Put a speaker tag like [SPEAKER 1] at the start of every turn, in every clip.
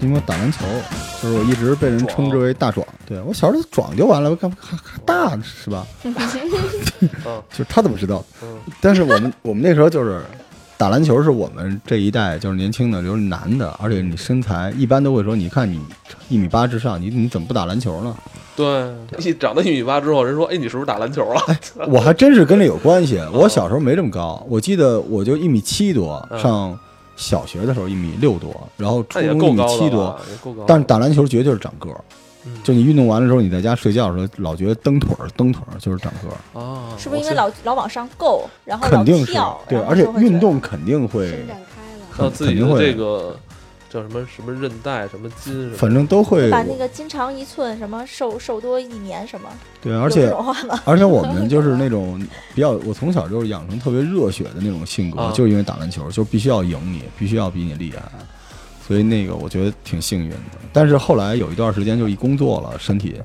[SPEAKER 1] 因为我打篮球，就是我一直被人称之为大壮。对我小时候壮就完了，干嘛还还大是吧？
[SPEAKER 2] 嗯
[SPEAKER 1] 就是他怎么知道？
[SPEAKER 2] 嗯
[SPEAKER 1] 但是我们我们那时候就是打篮球，是我们这一代就是年轻的，就是男的，而且你身材一般都会说，你看你一米八之上，你你怎么不打篮球 呢？
[SPEAKER 2] 对，一长到一米八之后，人说，哎，你是不是打篮球了？
[SPEAKER 1] 我还真是跟这有关系。我小时候没这么高，我记得我就一米七多，
[SPEAKER 2] 嗯
[SPEAKER 1] 上小学的时候一米六多，然后初
[SPEAKER 2] 那也
[SPEAKER 1] 中
[SPEAKER 2] 够
[SPEAKER 1] 一米
[SPEAKER 2] 高
[SPEAKER 1] 七
[SPEAKER 2] 的
[SPEAKER 1] 多
[SPEAKER 2] 了，，也够高了。
[SPEAKER 1] 但是打篮球绝对就是长个儿。
[SPEAKER 2] 嗯
[SPEAKER 1] 就你运动完了之后，你在家睡觉的时候，老觉得蹬腿儿，蹬腿儿就是长个儿，
[SPEAKER 2] 啊，
[SPEAKER 3] 是不是因
[SPEAKER 2] 我
[SPEAKER 3] 为老老往上够，然后
[SPEAKER 1] 嗯肯
[SPEAKER 3] 老
[SPEAKER 1] 定是
[SPEAKER 3] 跳，
[SPEAKER 1] 对，
[SPEAKER 3] 然后
[SPEAKER 1] 而且
[SPEAKER 3] 就会觉
[SPEAKER 1] 运
[SPEAKER 3] 得
[SPEAKER 1] 动肯定会，
[SPEAKER 4] 伸展开了，
[SPEAKER 2] 让
[SPEAKER 1] 肯
[SPEAKER 2] 自己
[SPEAKER 1] 肯定
[SPEAKER 2] 的这
[SPEAKER 1] 会，
[SPEAKER 2] 个叫什么什么韧带、什么筋什么的，
[SPEAKER 1] 反正都会，
[SPEAKER 3] 把那个筋长一寸，什么瘦瘦多一年什么，
[SPEAKER 1] 对，而
[SPEAKER 3] 有
[SPEAKER 1] 且
[SPEAKER 3] 这种话吗？
[SPEAKER 1] 而且我们就是那种比较，我从小就是养成特别热血的那种性格，
[SPEAKER 2] 啊
[SPEAKER 1] 就是因为打篮球，就必须要赢你，必须要比你厉害，所以那个我觉得挺幸运的。但是后来有一段时间就一工作了，身体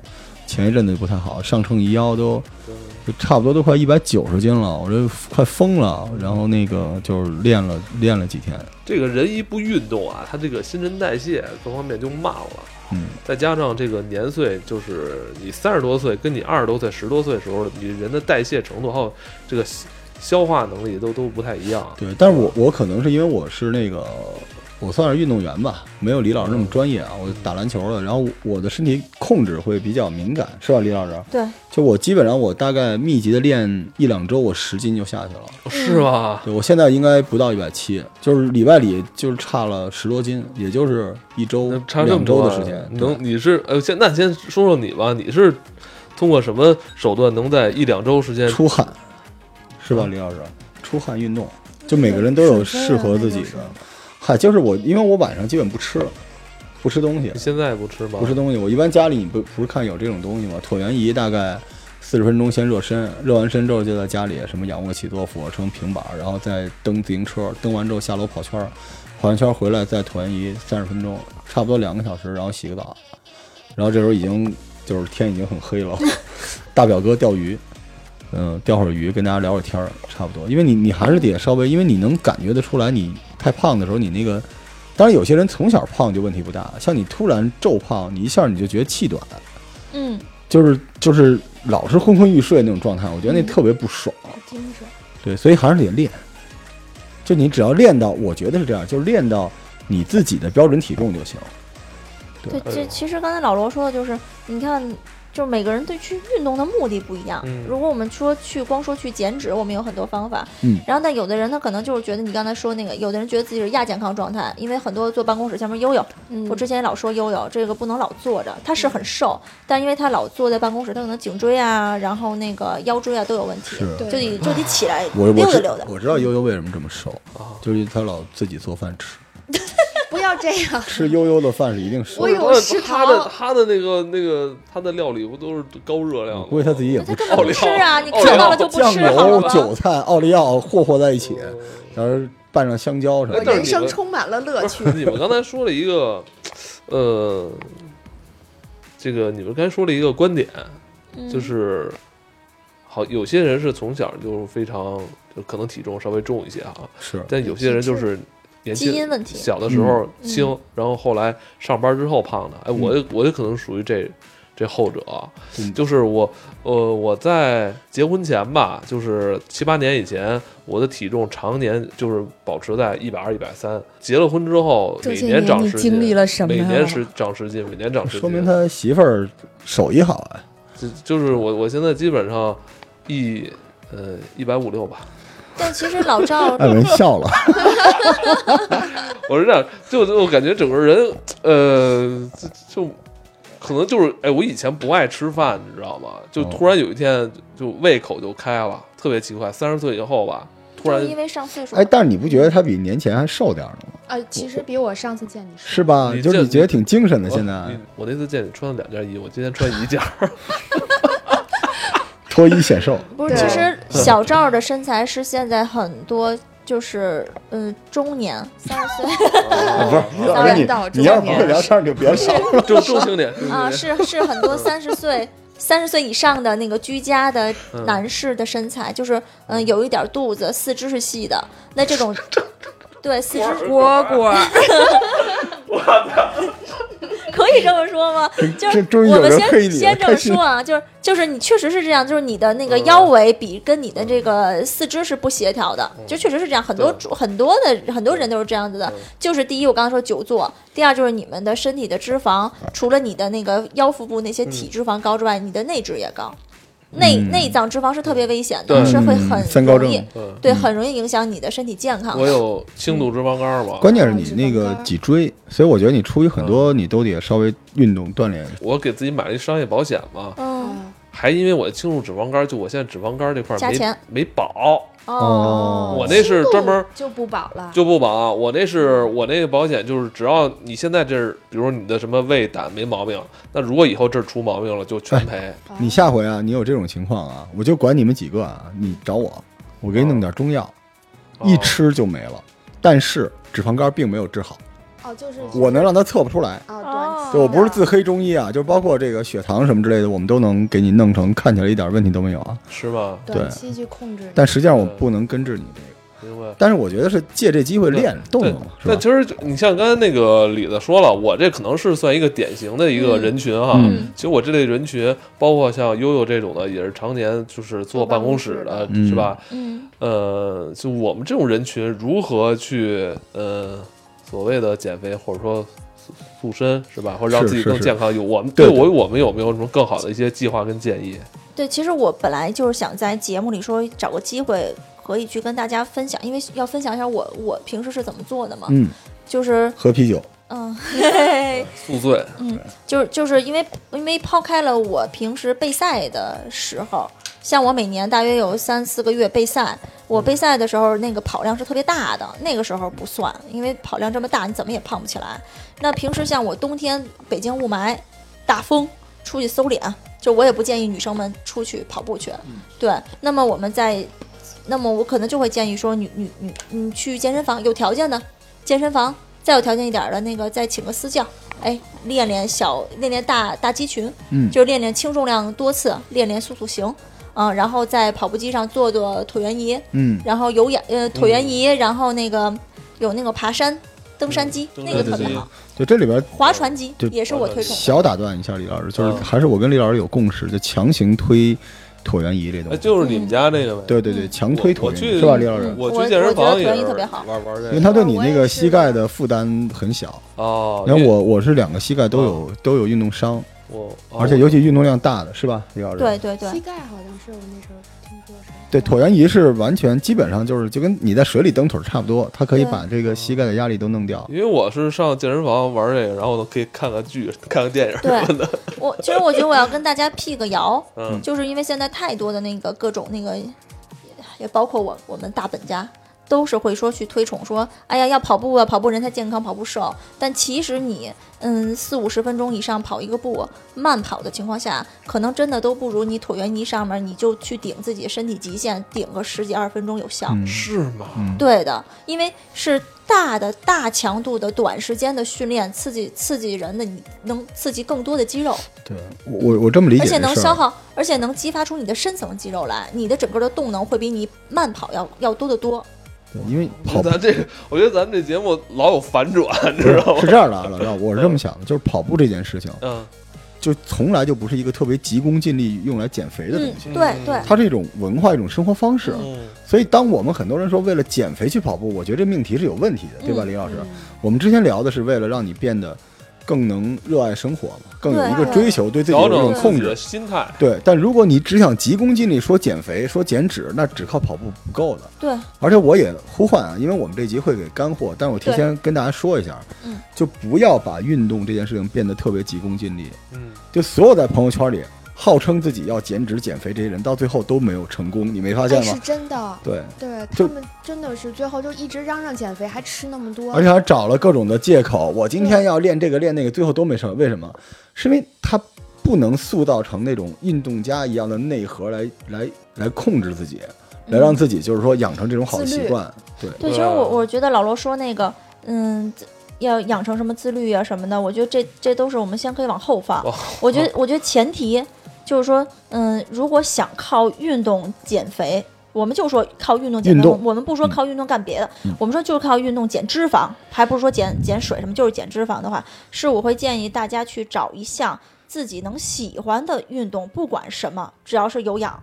[SPEAKER 1] 前一阵子就不太好，上秤一腰都
[SPEAKER 2] 对
[SPEAKER 1] 就差不多都快一百九十斤了，我这快疯了。然后那个就是练了练了几天，
[SPEAKER 2] 这个人一不运动啊，他这个新陈代谢各方面就慢了，
[SPEAKER 1] 嗯，
[SPEAKER 2] 再加上这个年岁，就是你三十多岁跟你二十多岁、十多岁的时候，你人的代谢程度还有这个消消化能力都都不太一样。
[SPEAKER 1] 对，但是我我可能是因为我是那个，我算是运动员吧，没有李老师那么专业啊。我打篮球的，然后我的身体控制会比较敏感，是吧，李老师？
[SPEAKER 3] 对，
[SPEAKER 1] 就我基本上我大概密集的练一两周，我十斤就下去了。
[SPEAKER 2] 哦是吧？
[SPEAKER 1] 对我现在应该不到一百七，就是里外里就是差了十多斤，也就是一周
[SPEAKER 2] 那差这
[SPEAKER 1] 两
[SPEAKER 2] 么
[SPEAKER 1] 周
[SPEAKER 2] 多
[SPEAKER 1] 的
[SPEAKER 2] 啊
[SPEAKER 1] 时间。对
[SPEAKER 2] 能你是呃，先那先说说你吧，你是通过什么手段能在一两周时间？
[SPEAKER 1] 出汗，是吧，李老师？出汗运动，就每个人都有适合自己
[SPEAKER 4] 水分
[SPEAKER 1] 的
[SPEAKER 4] 啊。
[SPEAKER 1] 嗨，就是我，因为我晚上基本不吃了，不吃东西
[SPEAKER 2] 你。现在不吃吗？
[SPEAKER 1] 不吃东西。我一般家里你不不是看有这种东西吗？椭圆仪大概四十分钟先热身，热完身之后就在家里什么仰卧起坐、俯卧撑、平板，然后再蹬自行车，蹬完之后下楼跑圈，儿，跑完圈儿回来再椭圆仪三十分钟，差不多两个小时，然后洗个澡，然后这时候已经就是天已经很黑了，大表哥钓鱼。嗯，钓会儿鱼，跟大家聊会儿天儿，差不多。因为你你还是得稍微，因为你能感觉得出来，你太胖的时候，你那个当然，有些人从小胖就问题不大，像你突然骤胖，你一下你就觉得气短，
[SPEAKER 3] 嗯，
[SPEAKER 1] 就是就是老是昏昏欲睡那种状态，我觉得那特别不爽。
[SPEAKER 4] 好精准。
[SPEAKER 1] 对，所以还是得练。就你只要练到，我觉得是这样，就练到你自己的标准体重就行。
[SPEAKER 3] 对，
[SPEAKER 2] 哎呦
[SPEAKER 3] 这其实刚才老罗说的就是，你看，就是每个人对去运动的目的不一样。
[SPEAKER 2] 嗯
[SPEAKER 3] 如果我们说去光说去减脂，我们有很多方法。
[SPEAKER 1] 嗯
[SPEAKER 3] 然后，但有的人他可能就是觉得你刚才说那个，有的人觉得自己是亚健康状态，因为很多坐办公室前面悠悠，
[SPEAKER 4] 嗯
[SPEAKER 3] 我之前也老说悠悠这个不能老坐着，他是很瘦，但因为他老坐在办公室，他可能颈椎啊，然后那个腰椎啊都有问题，
[SPEAKER 1] 是
[SPEAKER 3] 就
[SPEAKER 4] 对
[SPEAKER 3] 得就得起来
[SPEAKER 1] 我
[SPEAKER 3] 溜
[SPEAKER 1] 我
[SPEAKER 3] 达
[SPEAKER 1] 知
[SPEAKER 3] 溜达。
[SPEAKER 1] 我知道悠悠为什么这么瘦，
[SPEAKER 2] 啊，
[SPEAKER 1] 就是因为他老自己做饭吃，
[SPEAKER 4] 不要这样，
[SPEAKER 1] 吃悠悠的饭是一定瘦
[SPEAKER 4] 我
[SPEAKER 1] 的。
[SPEAKER 4] 有食
[SPEAKER 2] 他的
[SPEAKER 4] 堂，
[SPEAKER 2] 他的那个那个他的料理不都是高热量
[SPEAKER 1] 我嗯
[SPEAKER 2] 的？
[SPEAKER 1] 估计他自己也
[SPEAKER 3] 那他
[SPEAKER 1] 不
[SPEAKER 3] 根本不吃啊，
[SPEAKER 2] 奥利
[SPEAKER 3] 你
[SPEAKER 2] 奥
[SPEAKER 3] 看到了就不
[SPEAKER 1] 酱
[SPEAKER 3] 吃好了
[SPEAKER 1] 油、
[SPEAKER 3] 吗？
[SPEAKER 1] 韭菜、奥利奥霍霍在一起，然后拌上香蕉什
[SPEAKER 4] 我
[SPEAKER 1] 么
[SPEAKER 2] 哎但
[SPEAKER 1] 的
[SPEAKER 2] 是
[SPEAKER 4] 人
[SPEAKER 2] 你。
[SPEAKER 4] 生
[SPEAKER 2] 们
[SPEAKER 4] 充满了乐
[SPEAKER 2] 不
[SPEAKER 4] 趣
[SPEAKER 2] 是。你们刚才说了一个，呃，这个你们刚才说了一个观点，
[SPEAKER 3] 嗯
[SPEAKER 2] 就是好有些人是从小就非常，就可能体重稍微重一些哈，
[SPEAKER 1] 是
[SPEAKER 2] 但有些人就是年
[SPEAKER 3] 基
[SPEAKER 2] 轻
[SPEAKER 3] 因问题。
[SPEAKER 2] 小的时候
[SPEAKER 5] 嗯
[SPEAKER 2] 轻，然后后来上班之后胖的。哎，我就我就可能属于这这后者啊，
[SPEAKER 1] 嗯
[SPEAKER 2] 就是我呃我在结婚前吧，就是七八年以前，我的体重常年就是保持在一百二、一百三。结了婚之后，
[SPEAKER 5] 这
[SPEAKER 2] 每
[SPEAKER 5] 些年
[SPEAKER 2] 长
[SPEAKER 5] 你
[SPEAKER 2] 十斤，
[SPEAKER 5] 经历了什么
[SPEAKER 2] 每
[SPEAKER 5] 呀？
[SPEAKER 2] 年十长十斤，每年长十斤，
[SPEAKER 1] 说明他媳妇儿手艺好啊，
[SPEAKER 2] 就就是我我现在基本上一呃一百五六吧，
[SPEAKER 3] 但其实老 赵
[SPEAKER 1] 艾文笑了。
[SPEAKER 2] 我是这样，就就我感觉整个人，呃，就就可能就是，哎，我以前不爱吃饭，你知道吗？就
[SPEAKER 1] 哦
[SPEAKER 2] 突然有一天，就胃口就开了，特别奇怪。三十岁以后吧，突然
[SPEAKER 3] 就因为上岁数，
[SPEAKER 1] 哎，但是你不觉得他比年前还瘦点儿了吗？
[SPEAKER 5] 啊，其实比我上次见你瘦
[SPEAKER 1] 是吧？
[SPEAKER 2] 你
[SPEAKER 1] 就是
[SPEAKER 2] 这
[SPEAKER 1] 你觉得挺精神的，现
[SPEAKER 2] 我
[SPEAKER 1] 在
[SPEAKER 2] 你我那次见你穿了两件衣服，我今天穿一 件儿，
[SPEAKER 1] 脱衣显瘦，
[SPEAKER 3] 不是，
[SPEAKER 4] 对
[SPEAKER 3] 其实
[SPEAKER 1] 嗯
[SPEAKER 3] 小赵的身材是现在很多就是呃中年三十岁
[SPEAKER 1] 啊
[SPEAKER 3] 哦
[SPEAKER 1] 不是？
[SPEAKER 2] 啊
[SPEAKER 1] 我说你
[SPEAKER 5] 到这
[SPEAKER 1] 你要
[SPEAKER 5] 个
[SPEAKER 1] 不
[SPEAKER 5] 年
[SPEAKER 1] 会聊天儿你就 别瘦了。
[SPEAKER 2] 中中青年中青
[SPEAKER 3] 啊，
[SPEAKER 2] 年
[SPEAKER 3] 是是很多三十岁。三十岁以上的那个居家的
[SPEAKER 2] 嗯
[SPEAKER 3] 男士的身材，就是嗯，有一点肚子，四肢是细的。 那这种，对四肢
[SPEAKER 5] 蝈蝈，
[SPEAKER 3] 说吗？就
[SPEAKER 1] 这
[SPEAKER 3] 是
[SPEAKER 1] 终于
[SPEAKER 3] 我
[SPEAKER 1] 有
[SPEAKER 3] 们
[SPEAKER 1] 人黑
[SPEAKER 3] 先
[SPEAKER 1] 你了，
[SPEAKER 3] 先这
[SPEAKER 1] 开
[SPEAKER 3] 么
[SPEAKER 1] 心
[SPEAKER 3] 说。啊，就是就是你确实是这样，就是你的那个
[SPEAKER 2] 嗯
[SPEAKER 3] 腰围比跟你的这个四肢是不协调的，就确实是这样。很多
[SPEAKER 2] 嗯对
[SPEAKER 3] 主很多的很多人都是这样子的
[SPEAKER 2] 嗯，
[SPEAKER 3] 就是第一我刚刚说久坐，第二就是你们的身体的脂肪，
[SPEAKER 1] 嗯
[SPEAKER 3] 除了你的那个腰腹部那些体脂肪高之外，你的内脂也高，内
[SPEAKER 1] 嗯
[SPEAKER 3] 内脏脂肪是特别危险的，
[SPEAKER 2] 对
[SPEAKER 3] 是会
[SPEAKER 1] 嗯
[SPEAKER 3] 很
[SPEAKER 1] 三高
[SPEAKER 3] 容易
[SPEAKER 1] 症
[SPEAKER 2] 嗯，
[SPEAKER 3] 对，很容易影响你的身体健康
[SPEAKER 2] 我
[SPEAKER 3] 的。
[SPEAKER 2] 有轻度脂肪肝嘛，
[SPEAKER 1] 关键是你那
[SPEAKER 5] 脂肪
[SPEAKER 1] 个
[SPEAKER 5] 肝
[SPEAKER 1] 脊椎，所以我觉得你出于很多你都得稍微运动锻炼。
[SPEAKER 2] 我给自己买了一商业保险嘛，
[SPEAKER 3] 嗯，
[SPEAKER 2] 还因为我轻度脂肪肝，就我现在脂肪肝这块
[SPEAKER 3] 加
[SPEAKER 2] 没
[SPEAKER 3] 钱
[SPEAKER 2] 没保，
[SPEAKER 1] 哦
[SPEAKER 2] 我那是专门
[SPEAKER 5] 就不保了，
[SPEAKER 2] 就不保，我那是我那个保险就是只要你现在这儿，比如说你的什么胃胆没毛病，那如果以后这儿出毛病了就全赔，
[SPEAKER 5] 哦
[SPEAKER 1] 你下回啊，你有这种情况啊，我就管你们几个啊，你找我，我给你弄点中药，一
[SPEAKER 2] 哦
[SPEAKER 1] 吃就没了。但是脂肪肝并没有治好，
[SPEAKER 4] 哦，就是
[SPEAKER 1] 我能让它测不出来。
[SPEAKER 4] 哦，
[SPEAKER 5] 啊
[SPEAKER 4] 短
[SPEAKER 1] 就我不是自黑中医啊，就包括这个血糖什么之类的，我们都能给你弄成看起来一点问题都没有啊。
[SPEAKER 2] 是吧？
[SPEAKER 1] 对
[SPEAKER 5] 短期去控制。
[SPEAKER 1] 但实际上我不能根治你这个。
[SPEAKER 2] 明白。
[SPEAKER 1] 但是我觉得是借这机会练动
[SPEAKER 2] 对
[SPEAKER 1] 动嘛，是
[SPEAKER 2] 但
[SPEAKER 1] 吧
[SPEAKER 2] 其？实你像刚才那个李子说了，我这可能是算一个典型的一个人群哈。
[SPEAKER 1] 嗯
[SPEAKER 2] 其实我这类人群，包括像悠悠这种的，也是常年就是坐办公室的，
[SPEAKER 1] 嗯
[SPEAKER 2] 是吧？
[SPEAKER 3] 嗯，
[SPEAKER 2] 呃，就我们这种人群，如何去呃所谓的减肥，或者说塑塑身，是吧？或者让
[SPEAKER 1] 是
[SPEAKER 2] 自己
[SPEAKER 1] 是
[SPEAKER 2] 更
[SPEAKER 1] 是
[SPEAKER 2] 健康？有我们
[SPEAKER 1] 对
[SPEAKER 2] 对
[SPEAKER 1] 对
[SPEAKER 2] 我我们有没有什么更好的一些计划跟建议？
[SPEAKER 3] 对，其实我本来就是想在节目里说找个机会可以去跟大家分享，因为要分享一下我我平时是怎么做的嘛，
[SPEAKER 1] 嗯，
[SPEAKER 3] 就是
[SPEAKER 1] 喝啤酒，
[SPEAKER 3] 嗯，嘿嘿
[SPEAKER 2] 宿醉，
[SPEAKER 3] 就是就是因为因为抛开了我平时备赛的时候，像我每年大约有三四个月备赛，我备赛的时候那个跑量是特别大的，那个时候不算，因为跑量这么大，你怎么也胖不起来。那平时像我冬天北京雾霾、大风，出去搜脸，就我也不建议女生们出去跑步去。对，那么我们在，那么我可能就会建议说女，女女你去健身房，有条件的健身房，再有条件一点儿的那个再请个私教，哎，练练小练练大大肌群，
[SPEAKER 1] 嗯
[SPEAKER 3] 就练练轻重量多次，练练速度型。嗯，然后在跑步机上做做椭圆仪，
[SPEAKER 1] 嗯，
[SPEAKER 3] 然后有氧呃椭圆仪，然后那个有那个爬山、登山机，
[SPEAKER 2] 嗯
[SPEAKER 3] 那个
[SPEAKER 1] 登
[SPEAKER 3] 特
[SPEAKER 1] 山
[SPEAKER 3] 别
[SPEAKER 1] 机
[SPEAKER 3] 好。
[SPEAKER 1] 就这里边
[SPEAKER 3] 划船机
[SPEAKER 1] 对
[SPEAKER 3] 也是我推崇的。
[SPEAKER 1] 小打断一下李老师，就是
[SPEAKER 2] 嗯
[SPEAKER 1] 还是我跟李老师有共识，就强行推椭圆仪这东
[SPEAKER 2] 哎，
[SPEAKER 1] 西。
[SPEAKER 2] 就是你们家那个呗。
[SPEAKER 1] 对对对，强推椭
[SPEAKER 2] 我我
[SPEAKER 1] 圆
[SPEAKER 2] 去
[SPEAKER 1] 仪是吧，李老师？
[SPEAKER 2] 我
[SPEAKER 3] 我
[SPEAKER 2] 去健身
[SPEAKER 3] 我觉
[SPEAKER 2] 房
[SPEAKER 3] 得
[SPEAKER 2] 也
[SPEAKER 3] 椭圆
[SPEAKER 2] 是
[SPEAKER 3] 仪特别好
[SPEAKER 2] 玩玩这
[SPEAKER 1] 因为
[SPEAKER 2] 个。
[SPEAKER 1] 它对你
[SPEAKER 4] 我
[SPEAKER 1] 那
[SPEAKER 4] 也
[SPEAKER 1] 个
[SPEAKER 4] 是
[SPEAKER 1] 膝盖的负担很小。
[SPEAKER 2] 哦，
[SPEAKER 1] 然后
[SPEAKER 2] 也
[SPEAKER 1] 我我是两个膝盖都有都有运动伤，
[SPEAKER 2] 我，哦
[SPEAKER 1] 而且尤其运动量大的是吧，李老师？
[SPEAKER 3] 对对
[SPEAKER 4] 膝
[SPEAKER 3] 对，
[SPEAKER 4] 盖好像是我那时候听说是。
[SPEAKER 1] 对，椭
[SPEAKER 5] 嗯
[SPEAKER 1] 圆仪是完全基本上就是就跟你在水里蹬腿儿差不多，它可以
[SPEAKER 3] 对
[SPEAKER 1] 把这个膝盖的压力都弄掉。
[SPEAKER 2] 因为我是上健身房玩这个，然后呢可以看看剧、看看电影
[SPEAKER 3] 对
[SPEAKER 2] 什么的。
[SPEAKER 3] 我其实我觉得我要跟大家辟个谣，
[SPEAKER 2] 嗯，
[SPEAKER 3] 就是因为现在太多的那个各种那个，也包括我我们大本家。都是会说去推崇说，哎呀，要跑步啊，跑步人才健康，跑步瘦。但其实你，嗯，四五十分钟以上跑一个步，慢跑的情况下，可能真的都不如你椭圆仪上面你就去顶自己的身体极限，顶个十几二十分钟有效。
[SPEAKER 1] 嗯，
[SPEAKER 2] 是吗？
[SPEAKER 1] 嗯，
[SPEAKER 3] 啊对的，因为是大的大强度的短时间的训练，刺激刺激人的，你能刺激更多的肌肉，
[SPEAKER 1] 对，我我我这么理解
[SPEAKER 3] 而且能
[SPEAKER 1] 这事
[SPEAKER 3] 消
[SPEAKER 1] 儿。
[SPEAKER 3] 耗，而且能激发出你的深层肌肉来，你的整个的动能会比你慢跑要要多得多。
[SPEAKER 1] 啊对因为
[SPEAKER 2] 我觉
[SPEAKER 1] 嗯跑
[SPEAKER 2] 得
[SPEAKER 1] 步
[SPEAKER 2] 咱这个，我觉得咱们这节目老有反转，你
[SPEAKER 1] 不
[SPEAKER 2] 知
[SPEAKER 1] 是
[SPEAKER 2] 道吗
[SPEAKER 1] 是？这样的啊，老赵，我是这么想的，就是跑步这件事情，
[SPEAKER 2] 嗯，
[SPEAKER 1] 就从来就不是一个特别急功近利用来减肥的东
[SPEAKER 3] 嗯
[SPEAKER 1] 西，，
[SPEAKER 3] 对对，
[SPEAKER 1] 它是一种文化，一种生活方式。啊
[SPEAKER 2] 嗯，
[SPEAKER 1] 所以，当我们很多人说为了减肥去跑步，我觉得这命题是有问题的，对吧，
[SPEAKER 3] 嗯
[SPEAKER 1] 李老师？我们之前聊的是为了让你变得更能热爱生活嘛，更有一个
[SPEAKER 3] 对
[SPEAKER 1] 追求，对自己有
[SPEAKER 2] 调
[SPEAKER 1] 一种
[SPEAKER 2] 整自
[SPEAKER 1] 控
[SPEAKER 2] 己
[SPEAKER 1] 制
[SPEAKER 2] 的。心态。
[SPEAKER 1] 对，但如果你只想急功近利说减肥、说减脂，那只靠跑步不够的。
[SPEAKER 3] 对，
[SPEAKER 1] 而且我也呼唤啊，因为我们这集会给干货，但是我提前跟大家说一下，
[SPEAKER 3] 嗯，
[SPEAKER 1] 就不要把运动这件事情变得特别急功近利。
[SPEAKER 2] 嗯，
[SPEAKER 1] 就所有在朋友圈里号称自己要减脂减肥这些人，到最后都没有成功，你没发
[SPEAKER 5] 哎，
[SPEAKER 1] 现
[SPEAKER 5] 是
[SPEAKER 1] 吗？
[SPEAKER 5] 真的，
[SPEAKER 1] 对，
[SPEAKER 5] 对
[SPEAKER 1] 就
[SPEAKER 5] 他们真的是最后就一直嚷嚷减肥，还吃那么多，
[SPEAKER 1] 而且还找了各种的借口，我今天要练这个练那个，最后都没成。为什么？是因为他不能塑造成那种运动家一样的内核来来来控制自己，来让自己就是说养成这种好的
[SPEAKER 5] 自律
[SPEAKER 1] 习
[SPEAKER 3] 嗯
[SPEAKER 1] 惯。对，啊
[SPEAKER 3] 对，其实我我觉得老罗说那个，嗯，自要养成什么自律啊什么的，我觉得这这都是我们先可以往后放
[SPEAKER 2] 哦。
[SPEAKER 3] 我觉得我觉得前提就是说，嗯，如果想靠运动减肥，我们就说靠运动减
[SPEAKER 1] 运
[SPEAKER 3] 肥，
[SPEAKER 1] 动
[SPEAKER 3] 我我们不说靠运动干别的，
[SPEAKER 1] 嗯
[SPEAKER 3] 我们说就是靠运动减脂肪，还不是说减减水什么，就是减脂肪的话，是我会建议大家去找一项自己能喜欢的运动，不管什么，只要是有氧，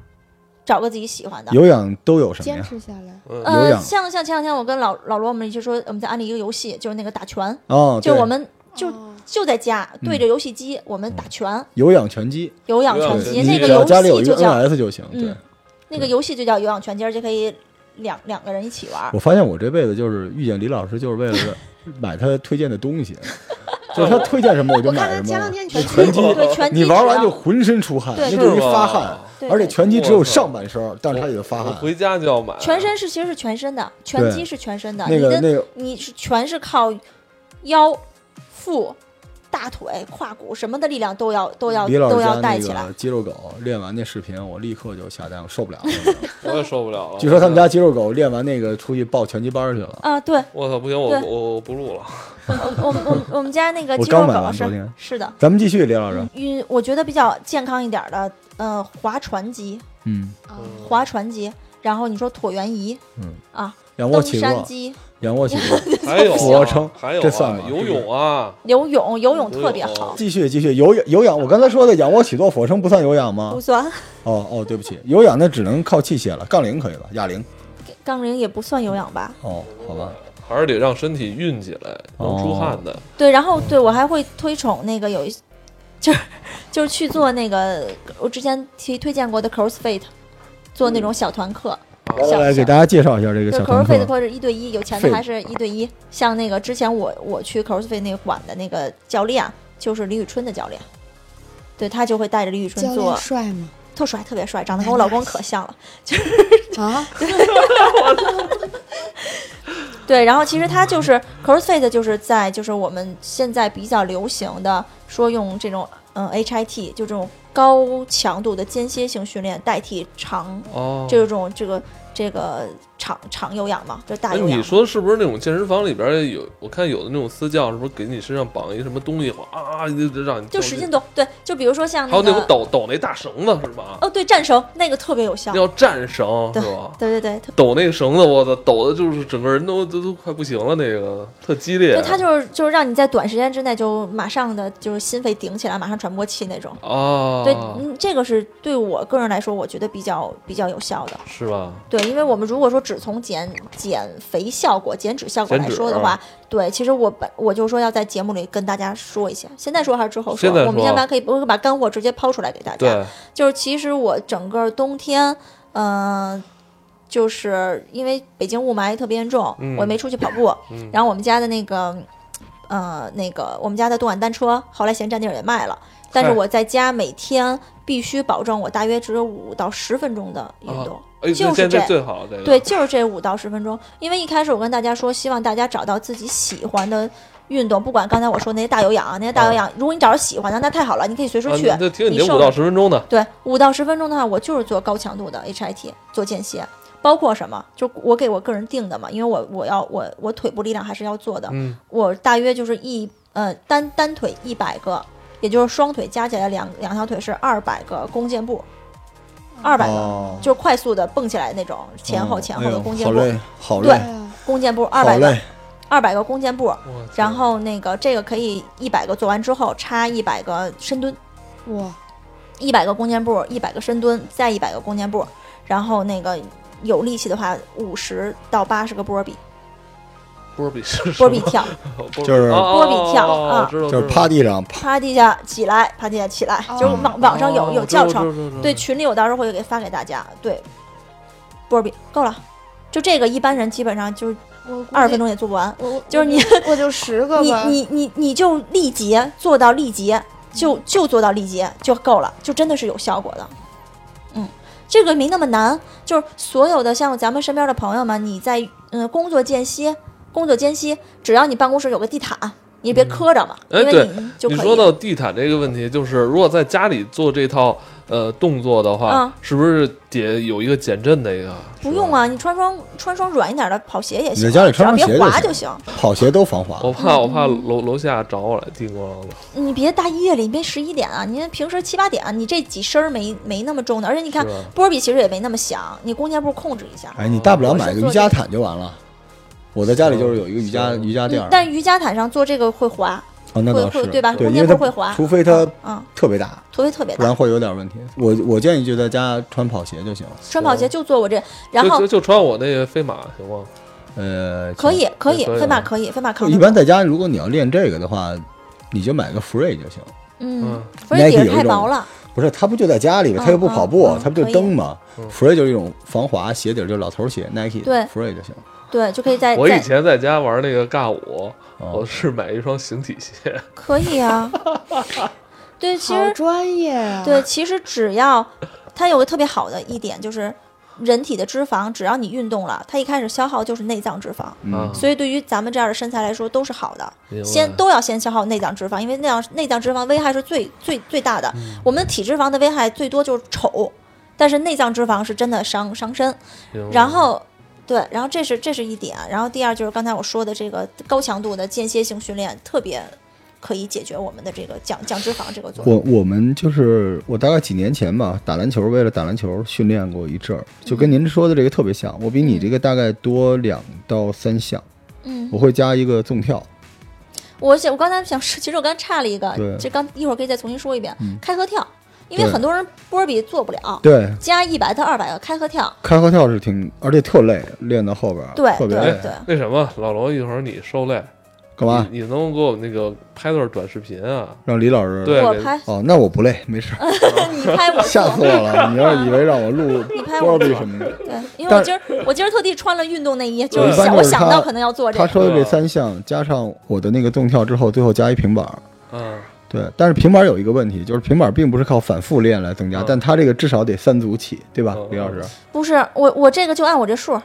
[SPEAKER 3] 找个自己喜欢的。
[SPEAKER 1] 有氧都有什么
[SPEAKER 5] 坚
[SPEAKER 1] 呀？
[SPEAKER 5] 持下来，
[SPEAKER 2] 嗯
[SPEAKER 1] 有
[SPEAKER 3] 呃，
[SPEAKER 1] 氧
[SPEAKER 3] 像像前两天我跟老老罗我们一起说，我们在安利一个游戏，就是那个打拳，
[SPEAKER 1] 哦，
[SPEAKER 3] 就
[SPEAKER 1] 对嗯
[SPEAKER 3] 我们就
[SPEAKER 4] 哦
[SPEAKER 3] 就在家对着游戏机，我们打拳，
[SPEAKER 1] 有氧拳击，
[SPEAKER 3] 有氧
[SPEAKER 2] 有氧
[SPEAKER 3] 拳
[SPEAKER 2] 拳
[SPEAKER 3] 击
[SPEAKER 2] 击
[SPEAKER 1] 你
[SPEAKER 3] 那个
[SPEAKER 1] 只要
[SPEAKER 3] 游
[SPEAKER 1] 嗯家里有
[SPEAKER 3] 戏
[SPEAKER 1] 一
[SPEAKER 3] 就
[SPEAKER 1] 个
[SPEAKER 3] 叫
[SPEAKER 1] NS 就行。
[SPEAKER 3] 嗯
[SPEAKER 1] 对，
[SPEAKER 3] 那个游戏就叫有氧拳击，而且可以两两个人一起玩儿
[SPEAKER 1] 我。发现我这辈子就是遇见李老师，就是为了买他推荐的东西，就是他推荐什么我就
[SPEAKER 5] 我
[SPEAKER 1] 买
[SPEAKER 5] 看他
[SPEAKER 1] 什
[SPEAKER 5] 前两
[SPEAKER 1] 么。
[SPEAKER 5] 天
[SPEAKER 1] 那
[SPEAKER 5] 拳击，
[SPEAKER 1] 拳击，
[SPEAKER 3] 对拳击
[SPEAKER 1] 你玩完
[SPEAKER 3] 只
[SPEAKER 1] 就
[SPEAKER 3] 要
[SPEAKER 1] 浑身出汗，
[SPEAKER 3] 对
[SPEAKER 1] 那
[SPEAKER 3] 对
[SPEAKER 1] 就是一
[SPEAKER 2] 是
[SPEAKER 1] 发
[SPEAKER 2] 吗
[SPEAKER 1] 汗，
[SPEAKER 3] 对
[SPEAKER 1] 而且
[SPEAKER 3] 对
[SPEAKER 1] 拳击只有上半身，但是它也发
[SPEAKER 2] 我
[SPEAKER 1] 汗。
[SPEAKER 2] 回家就要买，
[SPEAKER 3] 全身是其实是全身的，拳
[SPEAKER 1] 对
[SPEAKER 3] 击是全身的，
[SPEAKER 1] 那个
[SPEAKER 3] 你的
[SPEAKER 1] 那个，
[SPEAKER 3] 你是全是靠腰、腹、大腿、胯骨什么的力量都要都要
[SPEAKER 1] 李老
[SPEAKER 3] 都
[SPEAKER 1] 师家
[SPEAKER 3] 要带起
[SPEAKER 1] 那
[SPEAKER 3] 来
[SPEAKER 1] 个。肌肉狗练完那视频，我立刻就下单，我受不了了。
[SPEAKER 2] 我也受不了了。
[SPEAKER 1] 据说他们家肌肉狗练完那个出去报拳击班去了。
[SPEAKER 3] 啊，对
[SPEAKER 2] 我操，不行，我
[SPEAKER 3] 对
[SPEAKER 2] 我我不录了。
[SPEAKER 3] 我们我们我们家那个
[SPEAKER 1] 我
[SPEAKER 3] 肌肉
[SPEAKER 1] 刚买
[SPEAKER 3] 狗
[SPEAKER 1] 完昨
[SPEAKER 3] 是
[SPEAKER 1] 天
[SPEAKER 3] 是的，
[SPEAKER 1] 咱们继续，李老师，
[SPEAKER 3] 嗯，我觉得比较健康一点的，呃，划船机、
[SPEAKER 1] 嗯，
[SPEAKER 5] 哦
[SPEAKER 2] 嗯
[SPEAKER 3] 划船机，然后你说椭圆仪，
[SPEAKER 1] 嗯
[SPEAKER 3] 啊，
[SPEAKER 1] 仰卧
[SPEAKER 3] 登
[SPEAKER 1] 起
[SPEAKER 3] 山
[SPEAKER 1] 坐，
[SPEAKER 3] 机、
[SPEAKER 1] 仰卧起 坐，
[SPEAKER 2] 还 有
[SPEAKER 1] 俯卧撑
[SPEAKER 2] 啊还有
[SPEAKER 1] 这算吗
[SPEAKER 2] 啊游泳啊，
[SPEAKER 3] 游泳，游泳
[SPEAKER 2] 游
[SPEAKER 3] 特别
[SPEAKER 2] 泳
[SPEAKER 3] 好，
[SPEAKER 1] 继续继续有氧有氧，我刚才说的仰卧起坐、俯卧撑不算有氧吗
[SPEAKER 3] 不？算
[SPEAKER 1] 哦哦，对不起，有氧那只能靠器械了，杠铃可以吧？哑铃
[SPEAKER 3] 杠铃也不算有氧吧？
[SPEAKER 1] 哦，好吧，
[SPEAKER 2] 还是得让身体运起来，能出汗的。
[SPEAKER 3] 对，然后对我还会推崇那个有一，就是就是去做那个我之前提推荐过的 CrossFit，做那种小团课。
[SPEAKER 2] 啊
[SPEAKER 3] 小
[SPEAKER 1] 来给
[SPEAKER 3] 小
[SPEAKER 1] 大家介绍一下这个
[SPEAKER 3] 对
[SPEAKER 1] 小团
[SPEAKER 3] CrossFit
[SPEAKER 1] 课。
[SPEAKER 3] 或者一对一，有钱的还是一对一。像那个之前我我去 CrossFit 那个馆的那个教练，就是李宇春的教练，对他就会带着李宇春
[SPEAKER 5] 教
[SPEAKER 3] 做
[SPEAKER 5] 练，帅吗？
[SPEAKER 3] 特帅，特别帅，长得跟我老公可像了。
[SPEAKER 5] 啊，
[SPEAKER 3] 对，然后其实它就是 CrossFit，就是在就是我们现在比较流行的说用这种嗯 HIT，就这种高强度的间歇性训练代替长
[SPEAKER 2] 哦，
[SPEAKER 3] 这种这个这个长长有氧嘛，就大
[SPEAKER 2] 哎，
[SPEAKER 3] 有氧
[SPEAKER 2] 你
[SPEAKER 3] 嘛。
[SPEAKER 2] 说是不是那种健身房里边有？我看有的那种私教，是不是给你身上绑一个什么东西，哗啊，你就让你
[SPEAKER 3] 就使劲动，对，就比如说像
[SPEAKER 2] 还有
[SPEAKER 3] 那
[SPEAKER 2] 那
[SPEAKER 3] 个
[SPEAKER 2] 种抖抖那大绳子是吧？
[SPEAKER 3] 哦，对，战绳那个特别有效
[SPEAKER 2] 那，叫战绳是
[SPEAKER 3] 对
[SPEAKER 2] 吧？
[SPEAKER 3] 对对对，特
[SPEAKER 2] 抖那个绳子，我操，抖的就是整个人都都都快不行了，那个特激烈。
[SPEAKER 3] 对，它就是就是让你在短时间之内就马上的就是心肺顶起来，马上传播气那种。
[SPEAKER 2] 啊，
[SPEAKER 3] 对，嗯，这个是对我个人来说，我觉得比较比较有效的。
[SPEAKER 2] 是吧？
[SPEAKER 3] 对，因为我们如果说只从减减肥效果、减脂效果
[SPEAKER 2] 减
[SPEAKER 3] 来
[SPEAKER 2] 脂
[SPEAKER 3] 说的
[SPEAKER 2] 啊
[SPEAKER 3] 话，对，其实我本我就说要在节目里跟大家说一下，现在说还是之后说？
[SPEAKER 2] 现在
[SPEAKER 3] 我们
[SPEAKER 2] 说
[SPEAKER 3] 现在可以不会把干货直接抛出来给大家。
[SPEAKER 2] 对，
[SPEAKER 3] 就是其实我整个冬天，嗯、就是因为北京雾霾特别严重，
[SPEAKER 2] 嗯
[SPEAKER 3] 我也没出去跑步。
[SPEAKER 2] 嗯
[SPEAKER 3] 然后我们家的那个，呃，那个我们家的动感单车，后来嫌占地儿也卖了，但是
[SPEAKER 2] 嗨
[SPEAKER 3] 我在家每天必须保证我大约只有五到十分钟的运动。
[SPEAKER 2] 啊哎，
[SPEAKER 3] 就是
[SPEAKER 2] 现在
[SPEAKER 3] 这
[SPEAKER 2] 最好这个
[SPEAKER 3] 对，就是这五到十分钟。因为一开始我跟大家说，希望大家找到自己喜欢的运动，不管刚才我说那些大有氧啊，那些大有氧，如果你找着喜欢的，那太好了，你可以随时去。
[SPEAKER 2] 哦啊，那听你这
[SPEAKER 3] 你瘦
[SPEAKER 2] 五到十分钟的，
[SPEAKER 3] 对，五到十分钟的话，我就是做高强度的 HIT，做间歇，包括什么？就我给我个人定的嘛，因为我我要我我腿部力量还是要做的，
[SPEAKER 2] 嗯，
[SPEAKER 3] 我大约就是一呃单单腿一百个，也就是双腿加起来两两条腿是二百个弓箭步，二百个。
[SPEAKER 1] 哦，
[SPEAKER 3] 就是快速的蹦起来那种，前后前后
[SPEAKER 1] 哎
[SPEAKER 3] 的
[SPEAKER 1] 呦
[SPEAKER 3] 弓
[SPEAKER 1] 好
[SPEAKER 3] 箭步，
[SPEAKER 1] 累，好
[SPEAKER 3] 对
[SPEAKER 1] 累，
[SPEAKER 5] 啊，
[SPEAKER 3] 弓箭步二
[SPEAKER 1] 好
[SPEAKER 3] 百个
[SPEAKER 1] 累，，
[SPEAKER 3] 二百个弓箭步，
[SPEAKER 2] 我
[SPEAKER 3] 然
[SPEAKER 2] 操
[SPEAKER 3] 后那个这个可以一百个做完之后插一百个深蹲，
[SPEAKER 5] 哇，
[SPEAKER 3] 一百个弓箭步，一百个深蹲，再一百个弓箭步，然后那个有力气的话，五十到八十个波比，
[SPEAKER 2] 波比是
[SPEAKER 3] 波比跳，
[SPEAKER 1] 就是
[SPEAKER 2] 波哦
[SPEAKER 3] 波比跳啊
[SPEAKER 2] 知道
[SPEAKER 1] 就是
[SPEAKER 2] 知道
[SPEAKER 1] 趴地上
[SPEAKER 3] 趴地下起来，趴地下起来，
[SPEAKER 5] 哦
[SPEAKER 3] 就是网网上有
[SPEAKER 2] 哦
[SPEAKER 3] 有
[SPEAKER 2] 知道
[SPEAKER 3] 教程，
[SPEAKER 2] 知道知道
[SPEAKER 3] 对群里我到时候会给发给大家，对，波比够了，就这个一般人基本上就是
[SPEAKER 5] 我
[SPEAKER 3] 二十分，钟也做不完，
[SPEAKER 5] 我我
[SPEAKER 3] 就是你，
[SPEAKER 5] 我就十个
[SPEAKER 3] 你
[SPEAKER 5] 吧，
[SPEAKER 3] 你你你就力竭做到力竭，就
[SPEAKER 2] 嗯
[SPEAKER 3] 就做到力竭就够了，就真的是有效果的。嗯，这个没那么难，就是所有的像咱们身边的朋友们，你在嗯工作间歇、工作间隙，只要你办公室有个地毯，你别
[SPEAKER 2] 嗯
[SPEAKER 3] 磕着嘛，
[SPEAKER 2] 哎
[SPEAKER 3] 因为
[SPEAKER 2] 对
[SPEAKER 3] 你就
[SPEAKER 2] 你
[SPEAKER 3] 可
[SPEAKER 2] 说
[SPEAKER 3] 以。
[SPEAKER 2] 到地毯这个问题，就是如果在家里做这套呃动作的话，
[SPEAKER 3] 嗯
[SPEAKER 2] 是不是得有一个减震的一个？
[SPEAKER 3] 不用啊，你穿双穿双软一点的跑鞋也行啊，
[SPEAKER 1] 你在家里穿
[SPEAKER 3] 只
[SPEAKER 1] 双鞋
[SPEAKER 3] 要别
[SPEAKER 1] 就
[SPEAKER 3] 滑
[SPEAKER 1] 行
[SPEAKER 3] 行。
[SPEAKER 1] 跑鞋都防
[SPEAKER 2] 我
[SPEAKER 1] 滑，
[SPEAKER 2] 怕
[SPEAKER 3] 嗯
[SPEAKER 2] 我怕楼楼下着我了，叮咣啷的。
[SPEAKER 3] 你别大夜里，别十一点啊！你平时七八点，你这几声儿没没那么重的，而且你看
[SPEAKER 2] 是吧
[SPEAKER 3] 波比其实也没那么响，你弓箭步控制一下。
[SPEAKER 1] 哎，你大不了买个瑜
[SPEAKER 3] 我是做
[SPEAKER 1] 伽毯就完了。我在家里就是有一个瑜伽
[SPEAKER 2] 行
[SPEAKER 1] 瑜伽垫
[SPEAKER 3] 嗯
[SPEAKER 1] 儿，
[SPEAKER 3] 但瑜伽毯上做这个会滑，
[SPEAKER 1] 啊，那
[SPEAKER 3] 会
[SPEAKER 1] 倒
[SPEAKER 3] 会
[SPEAKER 1] 是
[SPEAKER 3] 对吧
[SPEAKER 1] 对，
[SPEAKER 3] 空
[SPEAKER 1] 因
[SPEAKER 3] 间
[SPEAKER 1] 为它
[SPEAKER 3] 不会滑
[SPEAKER 1] 除非它
[SPEAKER 3] 嗯，
[SPEAKER 1] 特别大，
[SPEAKER 3] 突围特别
[SPEAKER 1] 不然
[SPEAKER 3] 大。
[SPEAKER 1] 会有点问题。我我建议就在家穿跑鞋就行。
[SPEAKER 3] 穿跑鞋就做我这，然
[SPEAKER 2] 就
[SPEAKER 3] 后
[SPEAKER 2] 就就穿我那个飞马行吗？
[SPEAKER 1] 呃，
[SPEAKER 3] 可以可以，
[SPEAKER 2] 可以
[SPEAKER 3] 飞马
[SPEAKER 2] 啊
[SPEAKER 3] 可以，飞马
[SPEAKER 1] 就。
[SPEAKER 3] 扛得
[SPEAKER 1] 一
[SPEAKER 3] 住。
[SPEAKER 1] 般在家，如果你要练这个的话，你就买个 Free 就行。
[SPEAKER 3] 嗯
[SPEAKER 2] 嗯，
[SPEAKER 3] 不是底
[SPEAKER 1] Nike
[SPEAKER 3] 儿
[SPEAKER 1] 有一
[SPEAKER 3] 太
[SPEAKER 1] 种
[SPEAKER 3] 薄了，
[SPEAKER 1] 不是，他不就在家里吗？他又不跑步，
[SPEAKER 3] 嗯嗯嗯
[SPEAKER 1] 他不就蹬吗、
[SPEAKER 2] 可以
[SPEAKER 1] f r e e 就是一种防滑鞋底儿，就是老头儿鞋，Nike
[SPEAKER 3] 对
[SPEAKER 1] Free 就行。
[SPEAKER 3] 对，就可以在
[SPEAKER 2] 我以
[SPEAKER 3] 哎在
[SPEAKER 2] 前在家玩那个尬舞，
[SPEAKER 1] 哦
[SPEAKER 2] 我是买一双形体鞋，
[SPEAKER 3] 可以啊。对，其
[SPEAKER 5] 好
[SPEAKER 3] 实
[SPEAKER 5] 专业啊！
[SPEAKER 3] 对，其实只要它有个特别好的一点就是。人体的脂肪，只要你运动了，它一开始消耗就是内脏脂肪，
[SPEAKER 2] 啊
[SPEAKER 1] 嗯，
[SPEAKER 3] 所以对于咱们这样的身材来说都是好的。
[SPEAKER 2] 明白
[SPEAKER 3] 先都要先消耗内脏脂肪，因为内脏内脏脂肪危害是最最最大的。
[SPEAKER 1] 嗯
[SPEAKER 3] 我们的体脂肪的危害最多就是丑，但是内脏脂肪是真的伤伤身。
[SPEAKER 1] 哦
[SPEAKER 2] 明白
[SPEAKER 3] 然后，对，然后这是这是一点，啊然后第二就是刚才我说的这个高强度的间歇性训练，特别可以解决我们的这个降降脂肪这个作用。
[SPEAKER 1] 我我们就是我大概几年前吧，打篮球，为了打篮球训练过一
[SPEAKER 3] 嗯
[SPEAKER 1] 阵儿，就跟您说的这个特别像。我比你这个大概多两到三项，
[SPEAKER 3] 嗯，
[SPEAKER 1] 我会加一个纵跳。
[SPEAKER 3] 我想我刚才想说，其实我刚差了一个
[SPEAKER 1] 对，
[SPEAKER 3] 这刚一会儿可以再重新说一遍，
[SPEAKER 1] 嗯
[SPEAKER 3] 开合跳，因为
[SPEAKER 1] 对
[SPEAKER 3] 很多人波比做不了，
[SPEAKER 1] 对，
[SPEAKER 3] 加一百到二百个开合跳，
[SPEAKER 1] 开合跳是挺，而且特累，练到后边儿
[SPEAKER 3] 对
[SPEAKER 1] 特
[SPEAKER 3] 对
[SPEAKER 1] 别
[SPEAKER 2] 哎
[SPEAKER 1] 累。
[SPEAKER 3] 对。
[SPEAKER 2] 那什么，老罗，一会儿你受累，
[SPEAKER 1] 干嘛？
[SPEAKER 2] 你你能给我那个拍段短视频啊？
[SPEAKER 1] 让李老师
[SPEAKER 2] 对
[SPEAKER 3] 我
[SPEAKER 2] 给
[SPEAKER 3] 拍，
[SPEAKER 1] 哦，那我不累，没 事儿，
[SPEAKER 3] 你拍我
[SPEAKER 1] 吓死
[SPEAKER 3] 做
[SPEAKER 1] 我 了！你要是以为让我录
[SPEAKER 3] 你拍
[SPEAKER 1] 波
[SPEAKER 3] 我
[SPEAKER 1] 比什么的，
[SPEAKER 3] 对，因为
[SPEAKER 1] 但
[SPEAKER 3] 我 今儿我今儿特地穿了运动内衣，就
[SPEAKER 2] 对
[SPEAKER 3] 是想
[SPEAKER 1] 一般
[SPEAKER 3] 我
[SPEAKER 1] 就是
[SPEAKER 3] 想
[SPEAKER 1] 他
[SPEAKER 3] 到可能要做这
[SPEAKER 1] 他
[SPEAKER 3] 个，
[SPEAKER 1] 说的这三项加上我的那个纵跳之后，最后加一平板儿。
[SPEAKER 2] 嗯，
[SPEAKER 1] 对，但是平板儿有一个问题，就是平板儿并不是靠反复练来增加，
[SPEAKER 2] 嗯
[SPEAKER 1] 但它这个至少得三组起，对吧
[SPEAKER 2] 嗯，
[SPEAKER 1] 李老师？
[SPEAKER 3] 不是我我这个就按我这数儿，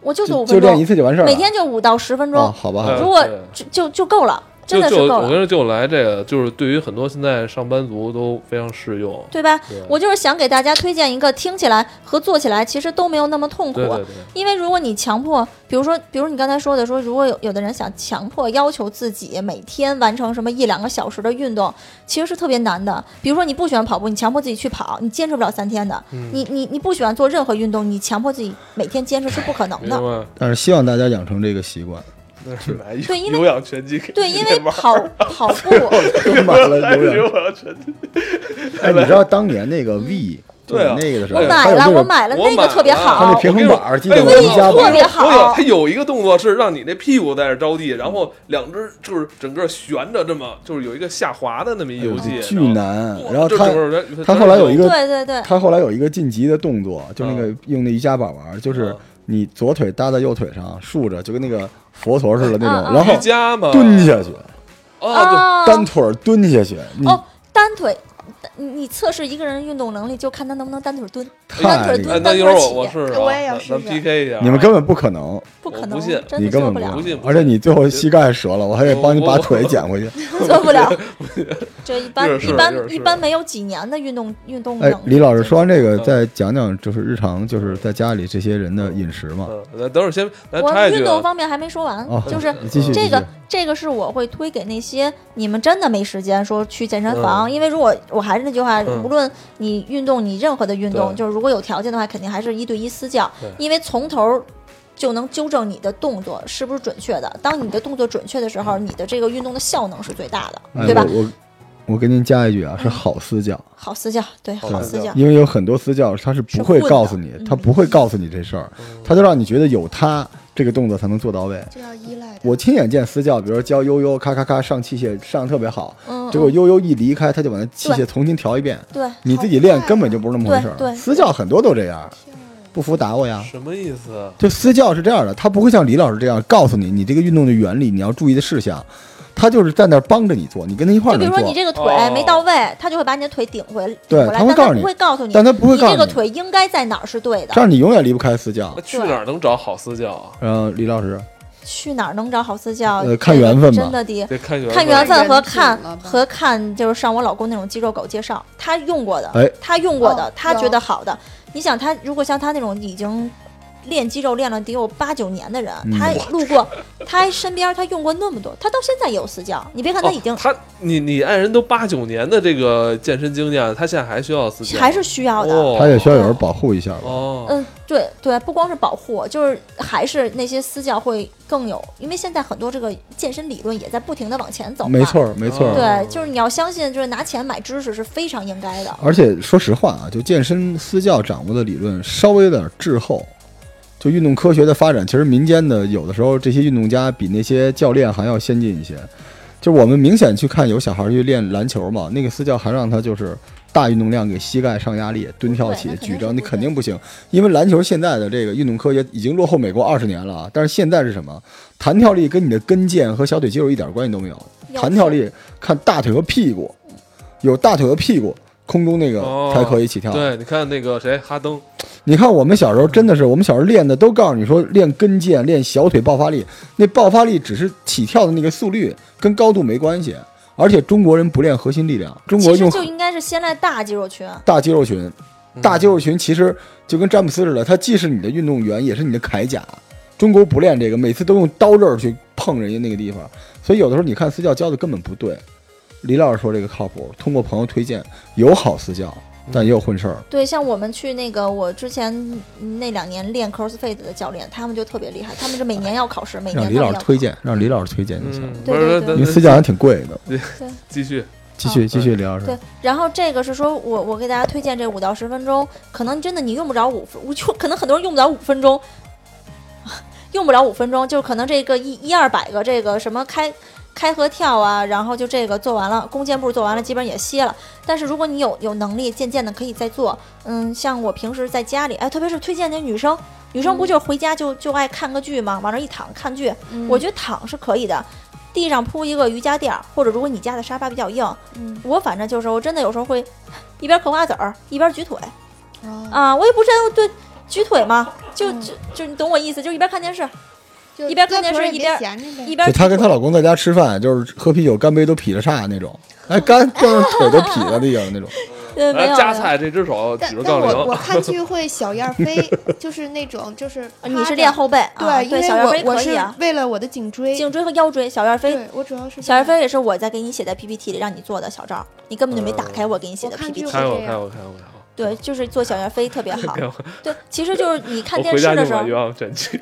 [SPEAKER 3] 我就做
[SPEAKER 1] 就
[SPEAKER 3] 五
[SPEAKER 1] 就
[SPEAKER 3] 分
[SPEAKER 1] 练一
[SPEAKER 3] 钟，
[SPEAKER 1] 次就完事儿了。
[SPEAKER 3] 每天就五到十分
[SPEAKER 1] 哦，
[SPEAKER 3] 钟，
[SPEAKER 1] 好吧，好
[SPEAKER 2] 呃
[SPEAKER 1] 吧
[SPEAKER 3] 如果
[SPEAKER 2] 对
[SPEAKER 3] 就就就够了，真的是
[SPEAKER 2] 就就
[SPEAKER 3] 够
[SPEAKER 2] 我跟
[SPEAKER 3] 了，
[SPEAKER 2] 你说，就来这个，就是对于很多现在上班族都非常适用。
[SPEAKER 3] 对吧？
[SPEAKER 2] 对
[SPEAKER 3] 我就是想给大家推荐一个听起来和做起来其实都没有那么痛苦
[SPEAKER 2] 对，对对，
[SPEAKER 3] 因为如果你强迫，比如说，比如你刚才说的说，如果有有的人想强迫要求自己每天完成什么一两个小时的运动，其实是特别难的。比如说你不喜欢跑步，你强迫自己去跑，你坚持不了三天的。
[SPEAKER 2] 嗯
[SPEAKER 3] 你你你不喜欢做任何运动，你强迫自己每天坚持是不可能
[SPEAKER 2] 明
[SPEAKER 3] 的。
[SPEAKER 2] 白。
[SPEAKER 1] 但是希望大家养成这个习 惯。
[SPEAKER 2] 那是买
[SPEAKER 3] 对因为
[SPEAKER 2] 有氧拳击 给
[SPEAKER 3] 对，因为
[SPEAKER 2] 玩
[SPEAKER 3] 跑跑步，
[SPEAKER 1] 买了有氧
[SPEAKER 2] 有氧拳击，
[SPEAKER 1] 哎，你知道当年那个 V 就是
[SPEAKER 2] 对啊
[SPEAKER 1] 那个的时
[SPEAKER 3] 嗯我
[SPEAKER 1] 候，
[SPEAKER 3] 买
[SPEAKER 1] 还有
[SPEAKER 3] 了，
[SPEAKER 1] 那
[SPEAKER 3] 我
[SPEAKER 1] 个
[SPEAKER 3] 买了
[SPEAKER 2] 我
[SPEAKER 3] 那个特别
[SPEAKER 2] 买了
[SPEAKER 1] 它
[SPEAKER 3] 好
[SPEAKER 1] 那。平衡板儿，记得
[SPEAKER 2] 哎
[SPEAKER 1] 我
[SPEAKER 2] 我
[SPEAKER 1] 们家
[SPEAKER 3] 特
[SPEAKER 1] 玩
[SPEAKER 3] 别
[SPEAKER 1] 儿。
[SPEAKER 3] 好
[SPEAKER 2] 我有，它有一个动作是让你那屁股在这着地，然后两只就是整个悬着这么，就是有一个下滑的那么一游戏，
[SPEAKER 1] 巨
[SPEAKER 2] 你知道吗。
[SPEAKER 1] 难
[SPEAKER 2] 啊哇。
[SPEAKER 1] 然后
[SPEAKER 2] 这
[SPEAKER 1] 他
[SPEAKER 2] 整个人
[SPEAKER 1] 他后来有一个
[SPEAKER 3] 对对对，
[SPEAKER 1] 他后来有一个晋级的动作，就那个用那瑜伽板玩儿，就是
[SPEAKER 2] 嗯
[SPEAKER 1] 你左腿搭在右腿上竖着，就跟那个佛陀似的那
[SPEAKER 3] 嗯
[SPEAKER 1] 种，
[SPEAKER 3] 嗯
[SPEAKER 1] 然
[SPEAKER 2] 瑜
[SPEAKER 1] 后
[SPEAKER 2] 伽嘛，
[SPEAKER 1] 蹲下去，
[SPEAKER 3] 啊
[SPEAKER 2] 哦，
[SPEAKER 1] 单腿儿蹲下去，你
[SPEAKER 3] 哦，单腿，你你测试一个人运动能力，就看他能不能单腿蹲，单
[SPEAKER 1] 太
[SPEAKER 3] 腿
[SPEAKER 1] 厉
[SPEAKER 2] 对，哎
[SPEAKER 1] 害
[SPEAKER 3] 蹲，
[SPEAKER 2] 那
[SPEAKER 3] 单
[SPEAKER 2] 一会儿
[SPEAKER 3] 腿
[SPEAKER 2] 我
[SPEAKER 3] 起
[SPEAKER 2] 我，试试啊，
[SPEAKER 5] 我也要
[SPEAKER 2] 咱
[SPEAKER 5] 试
[SPEAKER 2] 咱
[SPEAKER 5] 试
[SPEAKER 2] PK 一下啊，
[SPEAKER 1] 你们根本不可能，
[SPEAKER 3] 不可
[SPEAKER 2] 我
[SPEAKER 3] 能
[SPEAKER 2] 不信，
[SPEAKER 3] 真
[SPEAKER 1] 你
[SPEAKER 3] 的
[SPEAKER 1] 根
[SPEAKER 3] 做
[SPEAKER 1] 本
[SPEAKER 3] 不了
[SPEAKER 1] 不
[SPEAKER 2] 不，信不
[SPEAKER 1] 而且你最后膝盖折了，我还得帮你
[SPEAKER 2] 我
[SPEAKER 1] 把
[SPEAKER 2] 我
[SPEAKER 1] 腿捡回去。
[SPEAKER 3] 做 不了。这一般
[SPEAKER 2] 一会儿试
[SPEAKER 3] 一
[SPEAKER 2] 一会儿
[SPEAKER 3] 般
[SPEAKER 2] 试
[SPEAKER 3] 一般没有几年的运动运动能
[SPEAKER 1] 哎
[SPEAKER 3] 力。，
[SPEAKER 1] 李老师说完这个，
[SPEAKER 2] 嗯
[SPEAKER 1] 再讲讲就是日常就是在家里这些人的饮食嘛。
[SPEAKER 2] 嗯，咱等会儿先咱插
[SPEAKER 3] 我
[SPEAKER 2] 一句
[SPEAKER 3] 运
[SPEAKER 2] 啊
[SPEAKER 3] 动，方面还没说完
[SPEAKER 1] 哦，
[SPEAKER 3] 嗯就是
[SPEAKER 1] 你继续，
[SPEAKER 3] 这
[SPEAKER 1] 继
[SPEAKER 3] 个
[SPEAKER 1] 续
[SPEAKER 3] 这个是我会推给那些你们真的没时间说去健身房，因为如果我还是那句话，
[SPEAKER 2] 嗯
[SPEAKER 3] 无论你运动你任何的运动，
[SPEAKER 2] 对
[SPEAKER 3] 就是如果有条件的话，肯定还是一对一私教
[SPEAKER 2] 对，
[SPEAKER 3] 因为从头。就能纠正你的动作是不是准确的。当你的动作准确的时
[SPEAKER 2] 嗯
[SPEAKER 3] 候，你的这个运动的效能是最大的，
[SPEAKER 1] 哎
[SPEAKER 3] 对吧？
[SPEAKER 1] 我我我跟您加一句啊，是好私教，
[SPEAKER 3] 好私教，对，
[SPEAKER 2] 好
[SPEAKER 3] 好
[SPEAKER 2] 私
[SPEAKER 3] 私
[SPEAKER 2] 教
[SPEAKER 3] 教。
[SPEAKER 1] 因为有很多私教他是不会告诉你
[SPEAKER 3] 是混，的
[SPEAKER 1] 他
[SPEAKER 3] 嗯
[SPEAKER 1] 不会告诉你这事儿，他就让你觉得有他这个动作才能做到位。
[SPEAKER 5] 就要依赖他
[SPEAKER 1] 我亲眼见私教，比如说教悠悠，咔咔咔上器械上得特别好，
[SPEAKER 3] 嗯，
[SPEAKER 1] 结果悠悠一离开，他就把那器械
[SPEAKER 3] 对
[SPEAKER 1] 重新调一遍。
[SPEAKER 3] 对，
[SPEAKER 1] 你自己练
[SPEAKER 5] 快啊
[SPEAKER 1] 根本就不是那么回事
[SPEAKER 3] 对
[SPEAKER 1] 儿。
[SPEAKER 3] 对
[SPEAKER 1] 私教很多都这样，
[SPEAKER 5] 天啊
[SPEAKER 1] 不服打我呀。
[SPEAKER 2] 什么意思？啊
[SPEAKER 1] 就私教是这样的，他不会像李老师这样告诉你你这个运动的原理，你要注意的事项，他就是在那儿帮着你做，你跟他一块儿
[SPEAKER 3] 就比
[SPEAKER 1] 能
[SPEAKER 3] 如说你
[SPEAKER 1] 做，
[SPEAKER 3] 这个腿
[SPEAKER 2] 哦
[SPEAKER 3] 没到位，他就会把你的腿顶回顶
[SPEAKER 1] 对
[SPEAKER 3] 回来，
[SPEAKER 1] 他会
[SPEAKER 3] 但
[SPEAKER 1] 告诉
[SPEAKER 3] 他
[SPEAKER 1] 你
[SPEAKER 3] 不会告诉你，
[SPEAKER 1] 但他不会告诉
[SPEAKER 3] 这个
[SPEAKER 1] 你
[SPEAKER 3] 腿应该在哪儿是对的
[SPEAKER 1] 这。样你永远离不开私教
[SPEAKER 2] 那。去哪儿能找好私教啊？
[SPEAKER 1] 呃然后李老师，
[SPEAKER 3] 去哪儿能找好私教？
[SPEAKER 1] 呃看缘分吧
[SPEAKER 3] 真的得
[SPEAKER 2] 得看缘
[SPEAKER 3] 看缘分和
[SPEAKER 6] 看
[SPEAKER 3] 看
[SPEAKER 6] 人品了吧
[SPEAKER 3] 和看，就是上我老公那种肌肉狗介绍，他用过的，
[SPEAKER 1] 哎
[SPEAKER 3] 他用过的，
[SPEAKER 5] 哦
[SPEAKER 3] 他
[SPEAKER 5] 有
[SPEAKER 3] 觉得好的。你想他，如果像他那种已经练肌肉练了得有八九年的人，
[SPEAKER 1] 嗯
[SPEAKER 3] 他路过，他身边他用过那么多，他到现在也有私教。你别看他已经、
[SPEAKER 2] 哦、他你你爱人都八九年的这个健身经验，他现在还需要私教，
[SPEAKER 3] 还是需要的。
[SPEAKER 2] 哦
[SPEAKER 1] 他也需要有人保护一下吧。
[SPEAKER 2] 哦，
[SPEAKER 3] 嗯，对对，不光是保护，就是还是那些私教会更有，因为现在很多这个健身理论也在不停的往前走嘛。
[SPEAKER 1] 没错儿，没错儿。
[SPEAKER 3] 对，就是你要相信，就是拿钱买知识是非常应该的。
[SPEAKER 1] 而且说实话啊，就健身私教掌握的理论稍微有点滞后。就运动科学的发展，其实民间的有的时候这些运动家比那些教练还要先进一些。就是我们明显去看有小孩去练篮球嘛，那个私教还让他就是大运动量给膝盖上压力，蹲跳起
[SPEAKER 3] 对那肯、定
[SPEAKER 1] 举
[SPEAKER 3] 是
[SPEAKER 1] 着，
[SPEAKER 3] 不
[SPEAKER 1] 你
[SPEAKER 3] 对
[SPEAKER 1] 肯定不行。因为篮球现在的这个运动科学已经落后美国二十年了啊，但是现在是什么？弹跳力跟你的跟腱和小腿肌肉一点关系都没有，
[SPEAKER 3] 要
[SPEAKER 1] 弹跳
[SPEAKER 3] 是
[SPEAKER 1] 力看大腿和屁股，有大腿和屁股，空中那个
[SPEAKER 2] 哦
[SPEAKER 1] 才可以起跳。
[SPEAKER 2] 对，你看那个谁哈登，
[SPEAKER 1] 你看我们小时候真的是，我们小时候练的都告诉你说练跟腱、练小腿爆发力，那爆发力只是起跳的那个速率，跟高度没关系。而且中国人不练核心力量，中国
[SPEAKER 3] 其实
[SPEAKER 1] 用
[SPEAKER 3] 就应该是先来大肌肉群。
[SPEAKER 1] 大肌肉群，
[SPEAKER 2] 嗯
[SPEAKER 1] 大肌肉群其实就跟詹姆斯似的，他既是你的运动员，也是你的铠甲。中国不练这个，每次都用刀刃儿去碰人家那个地方，所以有的时候你看私教教的根本不对。李老师说这个靠谱，通过朋友推荐，有好私教，但也有混事儿。
[SPEAKER 3] 对，像我们去那个我之前嗯那两年练 CrossFit 的教练，他们就特别厉害，他们是每年要考试，每
[SPEAKER 1] 让
[SPEAKER 3] 年
[SPEAKER 1] 李
[SPEAKER 3] 他
[SPEAKER 1] 老
[SPEAKER 3] 们
[SPEAKER 1] 师
[SPEAKER 3] 要
[SPEAKER 1] 推荐，让李老师推荐就行。
[SPEAKER 2] 嗯，
[SPEAKER 3] 对
[SPEAKER 2] 不是
[SPEAKER 3] 对
[SPEAKER 2] 那
[SPEAKER 3] 对
[SPEAKER 1] 因为
[SPEAKER 2] 那
[SPEAKER 1] 私教还挺贵的。
[SPEAKER 2] 继续，
[SPEAKER 1] 继续，继续，李老师。
[SPEAKER 3] 对，然后这个是说我我给大家推荐这五到十分钟，可能真的你用不着五分，我就可能很多人用不着五分钟， 用不着五分钟，就可能这个一一二百个这个什么开开合跳啊，然后就这个做完了，弓箭步做完了，基本也歇了。但是如果你有有能力，渐渐的可以再做，嗯，像我平时在家里，哎，特别是推荐那女生，女生不就是回家就就爱看个剧吗？往那一躺看剧，
[SPEAKER 5] 嗯
[SPEAKER 3] 我觉得躺是可以的。地上铺一个瑜伽垫儿，或者如果你家的沙发比较硬，
[SPEAKER 5] 嗯
[SPEAKER 3] 我反正就是我真的有时候会一边嗑瓜子儿一边举腿
[SPEAKER 5] 哦
[SPEAKER 3] 啊，我也不知道对举腿嘛，就
[SPEAKER 5] 嗯
[SPEAKER 3] 就就你懂我意思，就一边看电视
[SPEAKER 5] 就
[SPEAKER 3] 一边
[SPEAKER 5] 坐
[SPEAKER 3] 看电视
[SPEAKER 5] 盆儿也
[SPEAKER 3] 一
[SPEAKER 5] 别
[SPEAKER 3] 边
[SPEAKER 5] 闲着呗
[SPEAKER 3] 一边
[SPEAKER 1] 就
[SPEAKER 3] 举
[SPEAKER 1] 她跟她
[SPEAKER 3] 腿
[SPEAKER 1] 老公在家吃饭，就是喝啤酒干杯都劈着叉那种，哎，干光着腿都劈在地上那种。
[SPEAKER 3] 对呃没
[SPEAKER 2] 来
[SPEAKER 3] 有
[SPEAKER 2] 夹
[SPEAKER 3] 没有
[SPEAKER 2] 啊菜这只手举
[SPEAKER 5] 但
[SPEAKER 2] 着
[SPEAKER 5] 但
[SPEAKER 2] 杠
[SPEAKER 5] 我
[SPEAKER 2] 铃，
[SPEAKER 5] 我看剧会小燕儿飞， 就是那种就是
[SPEAKER 3] 你
[SPEAKER 5] 趴
[SPEAKER 3] 是
[SPEAKER 5] 着
[SPEAKER 3] 练后背啊
[SPEAKER 5] 对，因
[SPEAKER 3] 小燕
[SPEAKER 5] 为
[SPEAKER 3] 飞
[SPEAKER 5] 我我
[SPEAKER 3] 可以
[SPEAKER 5] 是
[SPEAKER 3] 啊，
[SPEAKER 5] 为了我的颈椎，
[SPEAKER 3] 颈椎和腰椎小燕飞。
[SPEAKER 5] 对我主要是
[SPEAKER 3] 小燕飞也是我在给你写在 PPT 里让你做的小赵，你根本就没打
[SPEAKER 2] 呃
[SPEAKER 3] 开我给你写的
[SPEAKER 5] 我看
[SPEAKER 3] PPT。
[SPEAKER 5] 剧
[SPEAKER 2] 开
[SPEAKER 5] 是
[SPEAKER 2] 我
[SPEAKER 5] 这
[SPEAKER 2] 开
[SPEAKER 5] 样
[SPEAKER 2] 我开我开我，
[SPEAKER 3] 对，就是做小燕飞特别 好
[SPEAKER 2] 没有。
[SPEAKER 3] 对，其实就是你看
[SPEAKER 2] 我
[SPEAKER 3] 电
[SPEAKER 2] 回
[SPEAKER 3] 视
[SPEAKER 2] 家
[SPEAKER 3] 的
[SPEAKER 2] 就
[SPEAKER 3] 时
[SPEAKER 2] 买
[SPEAKER 3] 候
[SPEAKER 2] 鸳，鸯卷去。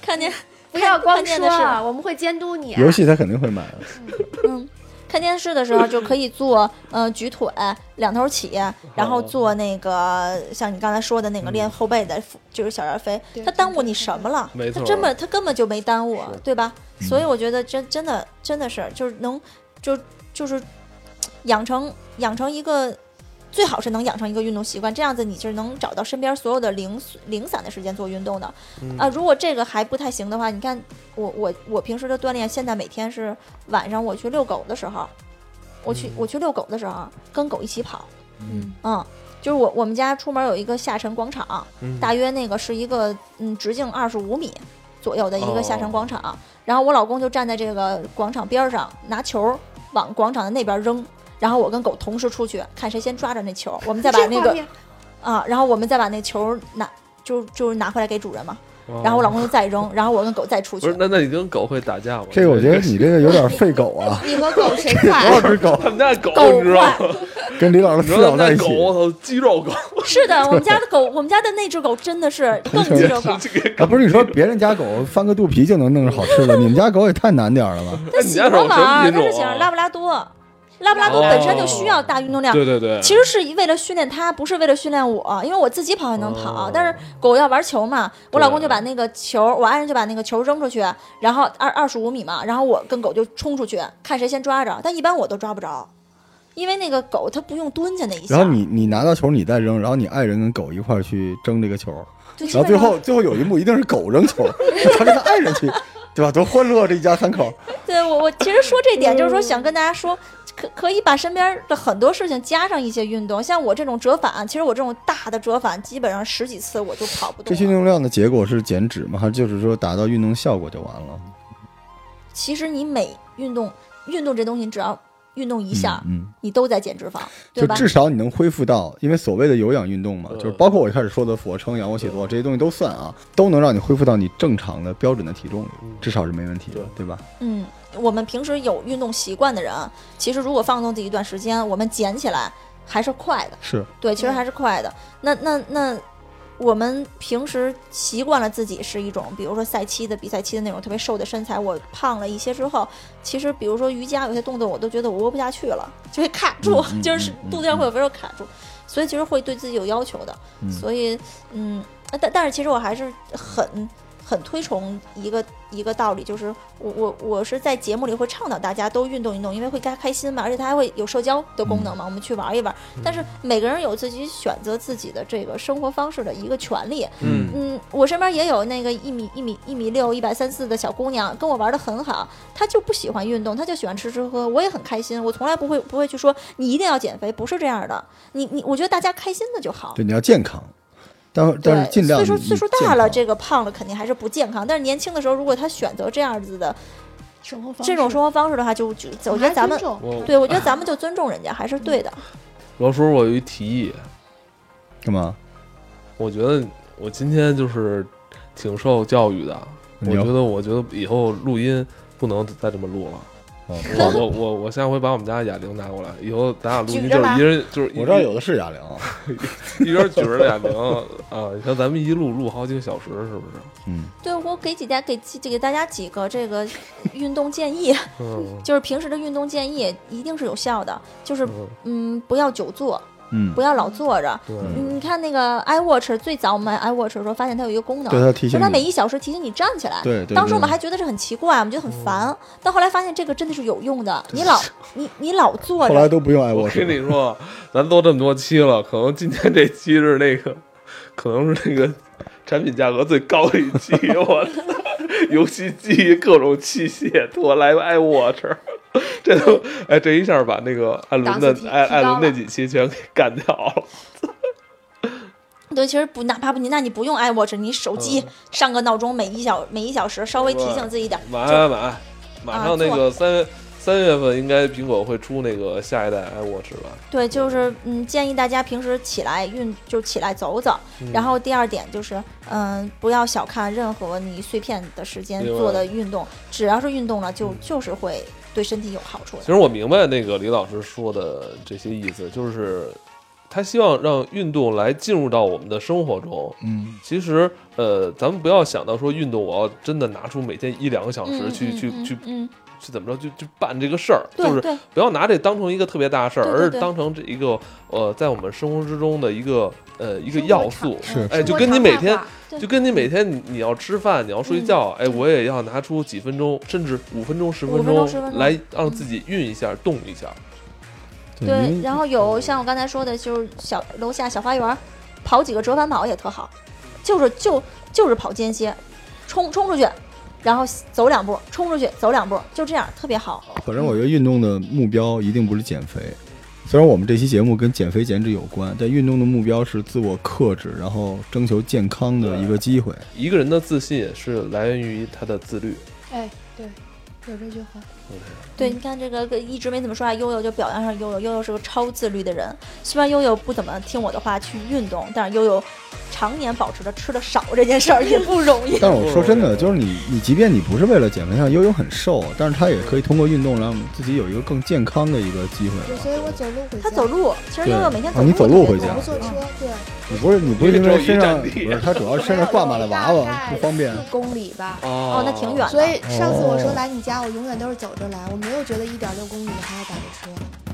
[SPEAKER 3] 看电
[SPEAKER 4] 不要光
[SPEAKER 3] 看见
[SPEAKER 4] 说
[SPEAKER 3] 的是
[SPEAKER 4] 啊，我们会监督你啊。
[SPEAKER 1] 游戏她肯定会买的，
[SPEAKER 3] 嗯，看电视的时候就可以做，呃，举腿，两头起，然
[SPEAKER 2] 啊
[SPEAKER 3] 后做那个像你刚才说的
[SPEAKER 2] 嗯
[SPEAKER 3] 那个练后背的，就是小燕飞
[SPEAKER 5] 对，
[SPEAKER 3] 它耽误你什么了？
[SPEAKER 2] 没
[SPEAKER 3] 它
[SPEAKER 2] 错
[SPEAKER 3] 根本它根本就没耽误
[SPEAKER 2] 是，嗯
[SPEAKER 3] 对吧？所以我觉得真真的真的是就是能就就是养成养成一个。最好是能养成一个运动习惯，这样子你就是能找到身边所有的零零散的时间做运动的。
[SPEAKER 2] 嗯
[SPEAKER 3] 啊，如果这个还不太行的话，你看我我我平时的锻炼，现在每天是晚上我去遛狗的时候，
[SPEAKER 5] 嗯
[SPEAKER 3] 我去、我去遛狗的时候跟狗一起跑，
[SPEAKER 1] 嗯
[SPEAKER 3] 嗯，就是我我们家出门有一个下沉广
[SPEAKER 5] 嗯
[SPEAKER 3] 场，
[SPEAKER 2] 嗯
[SPEAKER 3] 大约那个是一个嗯直径二十五米左右的一个
[SPEAKER 5] 哦
[SPEAKER 3] 下沉广场，然后我老公就站在这个广场边儿上拿球儿往广场的那边扔。然后我跟狗同时出去，看谁先抓着那球儿，我们再把
[SPEAKER 5] 这
[SPEAKER 3] 那
[SPEAKER 5] 画
[SPEAKER 3] 个
[SPEAKER 5] 面，
[SPEAKER 3] 啊，然后我们再把那球儿拿，就就是拿回来给主人嘛。然后我老
[SPEAKER 2] 老
[SPEAKER 3] 公就再扔，然后我跟狗再出
[SPEAKER 2] 哦不
[SPEAKER 3] 去
[SPEAKER 2] 是。那那你跟狗会打架吗？
[SPEAKER 1] 这个我觉得你这个有点费狗啊
[SPEAKER 5] 你和狗谁
[SPEAKER 1] 多少
[SPEAKER 5] 快？
[SPEAKER 1] 只狗
[SPEAKER 2] 他们家的狗
[SPEAKER 3] 狗
[SPEAKER 2] 你知道吗？
[SPEAKER 1] 跟李老师
[SPEAKER 2] 你
[SPEAKER 1] 撕
[SPEAKER 2] 知道
[SPEAKER 1] 咬在
[SPEAKER 2] 那
[SPEAKER 1] 一起
[SPEAKER 2] 狗，，我操，肌 肉狗，
[SPEAKER 3] 是的，我们家的狗，我们家的那只狗真的是 更肌肉狗，
[SPEAKER 1] 啊，不是你说别人家狗翻个肚皮就能弄着好吃的，你们家狗也太难点儿了吧？
[SPEAKER 3] 它喜欢玩儿，它是喜
[SPEAKER 1] 啊
[SPEAKER 3] 欢拉布拉多，拉布拉
[SPEAKER 1] 哦
[SPEAKER 3] 多本身就需要大运动量。
[SPEAKER 2] 对对对，
[SPEAKER 3] 其实是为了训练它，不是为了训练我，因为我自己跑也能跑，
[SPEAKER 2] 哦
[SPEAKER 3] 但是狗要玩球嘛，我
[SPEAKER 2] 对
[SPEAKER 3] 老公就把那个球，我爱人就把那个球扔出去，然后二二十五米嘛，然后我跟狗就冲出去，看谁先抓着，但一般我都抓不着，因为那个狗它不用蹲下那一下，
[SPEAKER 1] 然后你你拿到球你再扔，然后你爱人跟狗一块儿去争这个球，
[SPEAKER 3] 就基
[SPEAKER 1] 然后
[SPEAKER 3] 本
[SPEAKER 1] 最
[SPEAKER 3] 上
[SPEAKER 1] 后最后有一幕一定是狗扔球，他跟他爱人去，对吧？多欢乐这一家三口，
[SPEAKER 3] 对我，我其实说这点就是说
[SPEAKER 1] 嗯
[SPEAKER 3] 想跟大家说，可可以把身边的很多事情加上一些运动。像我这种折返，其实我这种大的折返，基本上十几次我就跑不
[SPEAKER 1] 这些运
[SPEAKER 3] 动
[SPEAKER 1] 动
[SPEAKER 3] 了。
[SPEAKER 1] 量的结果是减脂吗？还是就是说达到运动效果就完了？
[SPEAKER 3] 其实你每运动运动这东西，你只要运动一下，
[SPEAKER 1] 嗯，
[SPEAKER 3] 你都在减脂肪，
[SPEAKER 1] 嗯就
[SPEAKER 3] 对吧？
[SPEAKER 1] 至少你能恢复到，因为所谓的有氧运动嘛，
[SPEAKER 2] 嗯
[SPEAKER 1] 就是包括我一开始说的俯卧撑、仰卧起坐这些东西都算啊，都能让你恢复到你正常的标准的体重里，
[SPEAKER 2] 嗯
[SPEAKER 1] 至少是没问题的
[SPEAKER 2] 对，
[SPEAKER 1] 对吧？
[SPEAKER 3] 嗯，我们平时有运动习惯的人，啊其实如果放纵自己一段时间，我们捡起来还是快的。
[SPEAKER 1] 是，
[SPEAKER 3] 对，其实
[SPEAKER 5] 对
[SPEAKER 3] 还是快的。那那那，我们平时习惯了自己是一种，比如说赛期的比赛期的那种特别瘦的身材，我胖了一些之后，其实比如说瑜伽有些动作，我都觉得我握不下去了，就会卡住，
[SPEAKER 1] 嗯嗯
[SPEAKER 3] 就是
[SPEAKER 1] 嗯嗯
[SPEAKER 3] 肚子上会有时候卡住，所以其实会对自己有要求的。
[SPEAKER 1] 嗯
[SPEAKER 3] 所以嗯，呃但但是其实我还是很。很推崇一个一个道理，就是我我我是在节目里会倡导大家都运动运动，因为会开开心嘛，而且它还会有社交的功能嘛，我们去玩一玩。但是每个人有自己选择自己的这个生活方式的一个权利。
[SPEAKER 2] 嗯
[SPEAKER 3] 嗯，我身边也有那个一米一米一米六一百三四的小姑娘，跟我玩的很好，她就不喜欢运动，她就喜欢吃吃喝，我也很开心。我从来不会不会去说你一定要减肥，不是这样的。你你，我觉得大家开心的就好。
[SPEAKER 1] 对，你要健康，但但是
[SPEAKER 3] 对
[SPEAKER 1] 尽量
[SPEAKER 3] 岁数
[SPEAKER 1] 你
[SPEAKER 3] 岁数
[SPEAKER 1] 健
[SPEAKER 3] 大了，
[SPEAKER 1] 康
[SPEAKER 3] 这个胖了肯定还是不健康。但是年轻的时候，如果她选择这样子的
[SPEAKER 5] 生活方
[SPEAKER 3] 这种生活方式的话，就就我觉得咱们
[SPEAKER 2] 我
[SPEAKER 3] 对 我觉得咱们就尊重人家还是对的。
[SPEAKER 2] 老叔，我有一提议，
[SPEAKER 1] 干嘛？
[SPEAKER 2] 我觉得我今天就是挺受教育的。我
[SPEAKER 1] 你要
[SPEAKER 2] 觉得，我觉得以后录音不能再这么录了。
[SPEAKER 1] 哦
[SPEAKER 2] 我我我我下回把我们家哑铃拿过来，以后咱俩录音
[SPEAKER 3] 举
[SPEAKER 2] 就
[SPEAKER 3] 着
[SPEAKER 2] 是
[SPEAKER 3] 吧
[SPEAKER 2] 一人就是一
[SPEAKER 1] 我这儿有的是哑铃，
[SPEAKER 2] 一边举着哑铃啊。你看咱们一录录好几个小时，是不是？
[SPEAKER 1] 嗯，
[SPEAKER 3] 对我给几家给几给大家几个这个运动建议，
[SPEAKER 2] 嗯
[SPEAKER 3] 就是平时的运动建议一定是有效的，就是
[SPEAKER 2] 嗯，
[SPEAKER 3] 嗯，不要久坐，
[SPEAKER 1] 嗯
[SPEAKER 3] 不，要老坐着。嗯
[SPEAKER 2] 对，
[SPEAKER 3] 你看那个 iWatch 最早我们买 iWatch 的时候，发现它有一个功能，
[SPEAKER 1] 对，它提
[SPEAKER 3] 就是
[SPEAKER 1] 醒
[SPEAKER 3] 它每
[SPEAKER 1] 你，
[SPEAKER 3] 一小时提醒你站起来。
[SPEAKER 1] 对对，
[SPEAKER 3] 当时
[SPEAKER 1] 对
[SPEAKER 3] 我们还觉得这很奇怪，我们觉得很烦，但后来发现这个真的是有用的。你老你你老 坐
[SPEAKER 1] 后来
[SPEAKER 3] 着，
[SPEAKER 1] 都不用爱
[SPEAKER 2] 我
[SPEAKER 1] 我
[SPEAKER 2] 跟你说，咱做这么多期了，可能今天这期是那个，可能是那个产品价格最高的一期。我操，游戏机、各种器械、拖来 iWatch，这 都哎，这一下把那个艾伦的
[SPEAKER 5] 档次提
[SPEAKER 2] 艾艾伦
[SPEAKER 5] 提高
[SPEAKER 2] 那
[SPEAKER 5] 了
[SPEAKER 2] 几期全给干掉了。
[SPEAKER 3] 对，其实不哪怕不你，那你不用 iWatch，你手机上个闹钟，每一小每一小时稍微提醒自己一点，
[SPEAKER 2] 晚
[SPEAKER 3] 就
[SPEAKER 2] 安，晚安。马上那个三、三月份应该苹果会出那个下一代 iWatch 吧？
[SPEAKER 3] 对，就是嗯，建议大家平时起来运就起来走走。
[SPEAKER 2] 嗯
[SPEAKER 3] 然后第二点就是，嗯，不要小看任何你碎片的时间
[SPEAKER 2] 明白
[SPEAKER 3] 做的运动，只要是运动了，就就是会对身体有好处的
[SPEAKER 2] 其。实我明白那个李老师说的这些意思，就是他希望让运动来进入到我们的生活中。
[SPEAKER 1] 嗯，
[SPEAKER 2] 其实，呃，咱们不要想到说运动，我要真的拿出每天一两个小时
[SPEAKER 3] 嗯
[SPEAKER 2] 去、
[SPEAKER 3] 嗯
[SPEAKER 2] 去、
[SPEAKER 3] 嗯
[SPEAKER 2] 去
[SPEAKER 3] 嗯，
[SPEAKER 2] 去怎么着，去去办这个事儿，就
[SPEAKER 3] 对
[SPEAKER 2] 是
[SPEAKER 3] 对，
[SPEAKER 2] 不要拿这当成一个特别大的事儿，
[SPEAKER 3] 对对
[SPEAKER 2] 而是
[SPEAKER 3] 对
[SPEAKER 2] 当成这一个呃，在我们生活之中的一个呃一个
[SPEAKER 5] 生活
[SPEAKER 2] 要
[SPEAKER 5] 常
[SPEAKER 2] 素。
[SPEAKER 1] 是
[SPEAKER 2] 哎，就
[SPEAKER 5] 活
[SPEAKER 2] 跟你
[SPEAKER 5] 常
[SPEAKER 2] 每
[SPEAKER 5] 态
[SPEAKER 2] 天
[SPEAKER 5] 化
[SPEAKER 3] 对嗯
[SPEAKER 2] 就跟你每天你你要吃饭，你要睡觉，哎，我也要拿出几分钟，甚至五分钟、十
[SPEAKER 3] 分钟10分钟
[SPEAKER 2] 来让自己运一下、动一下。
[SPEAKER 3] 对，
[SPEAKER 1] 因为呃
[SPEAKER 3] 然后有像我刚才说的，就是小楼下小花园儿，跑几个折返跑也特好，就是就就是跑间歇，冲冲出去，然后走两步，冲出去走两步，就这样特别好。
[SPEAKER 1] 反正我觉得运动的目标一定不是减肥。虽然我们这期节目跟减肥减脂有关，但运动的目标是自我克制，然后征求健康的一个机会。
[SPEAKER 2] 一个人的自信也是来源于他的自律。
[SPEAKER 5] 哎，对，有这句话，
[SPEAKER 3] 对，你看这个个一直没怎么说话，悠悠就表扬上悠悠，悠悠是个超自律的人。虽然悠悠不怎么听我的话去运动，但是悠悠常年保持着吃的少这件事儿也不容易。
[SPEAKER 1] 但是我说真的，就是你，你即便你不是为了减肥，像悠悠很瘦，但是她也可以通过运动让自己有一个更健康的一个机会
[SPEAKER 5] 对，
[SPEAKER 1] 吧。
[SPEAKER 5] 所以我走路回家，
[SPEAKER 3] 他走路，其实悠悠每天
[SPEAKER 1] 对啊你走
[SPEAKER 3] 走
[SPEAKER 1] 路
[SPEAKER 3] 特别
[SPEAKER 1] 回
[SPEAKER 3] 多
[SPEAKER 1] 家
[SPEAKER 5] 我不坐车，对，
[SPEAKER 1] 你不是你不是因为身上
[SPEAKER 2] 一个周一站地
[SPEAKER 1] 不是她主嗯要是身上挂满了娃娃
[SPEAKER 5] 大概
[SPEAKER 1] 不方便。哦
[SPEAKER 5] 四公里吧。
[SPEAKER 2] 哦
[SPEAKER 3] 那挺远
[SPEAKER 5] 所以上次我说来你家，我永远都是走着来，我没有觉得一点六公里还要打着车。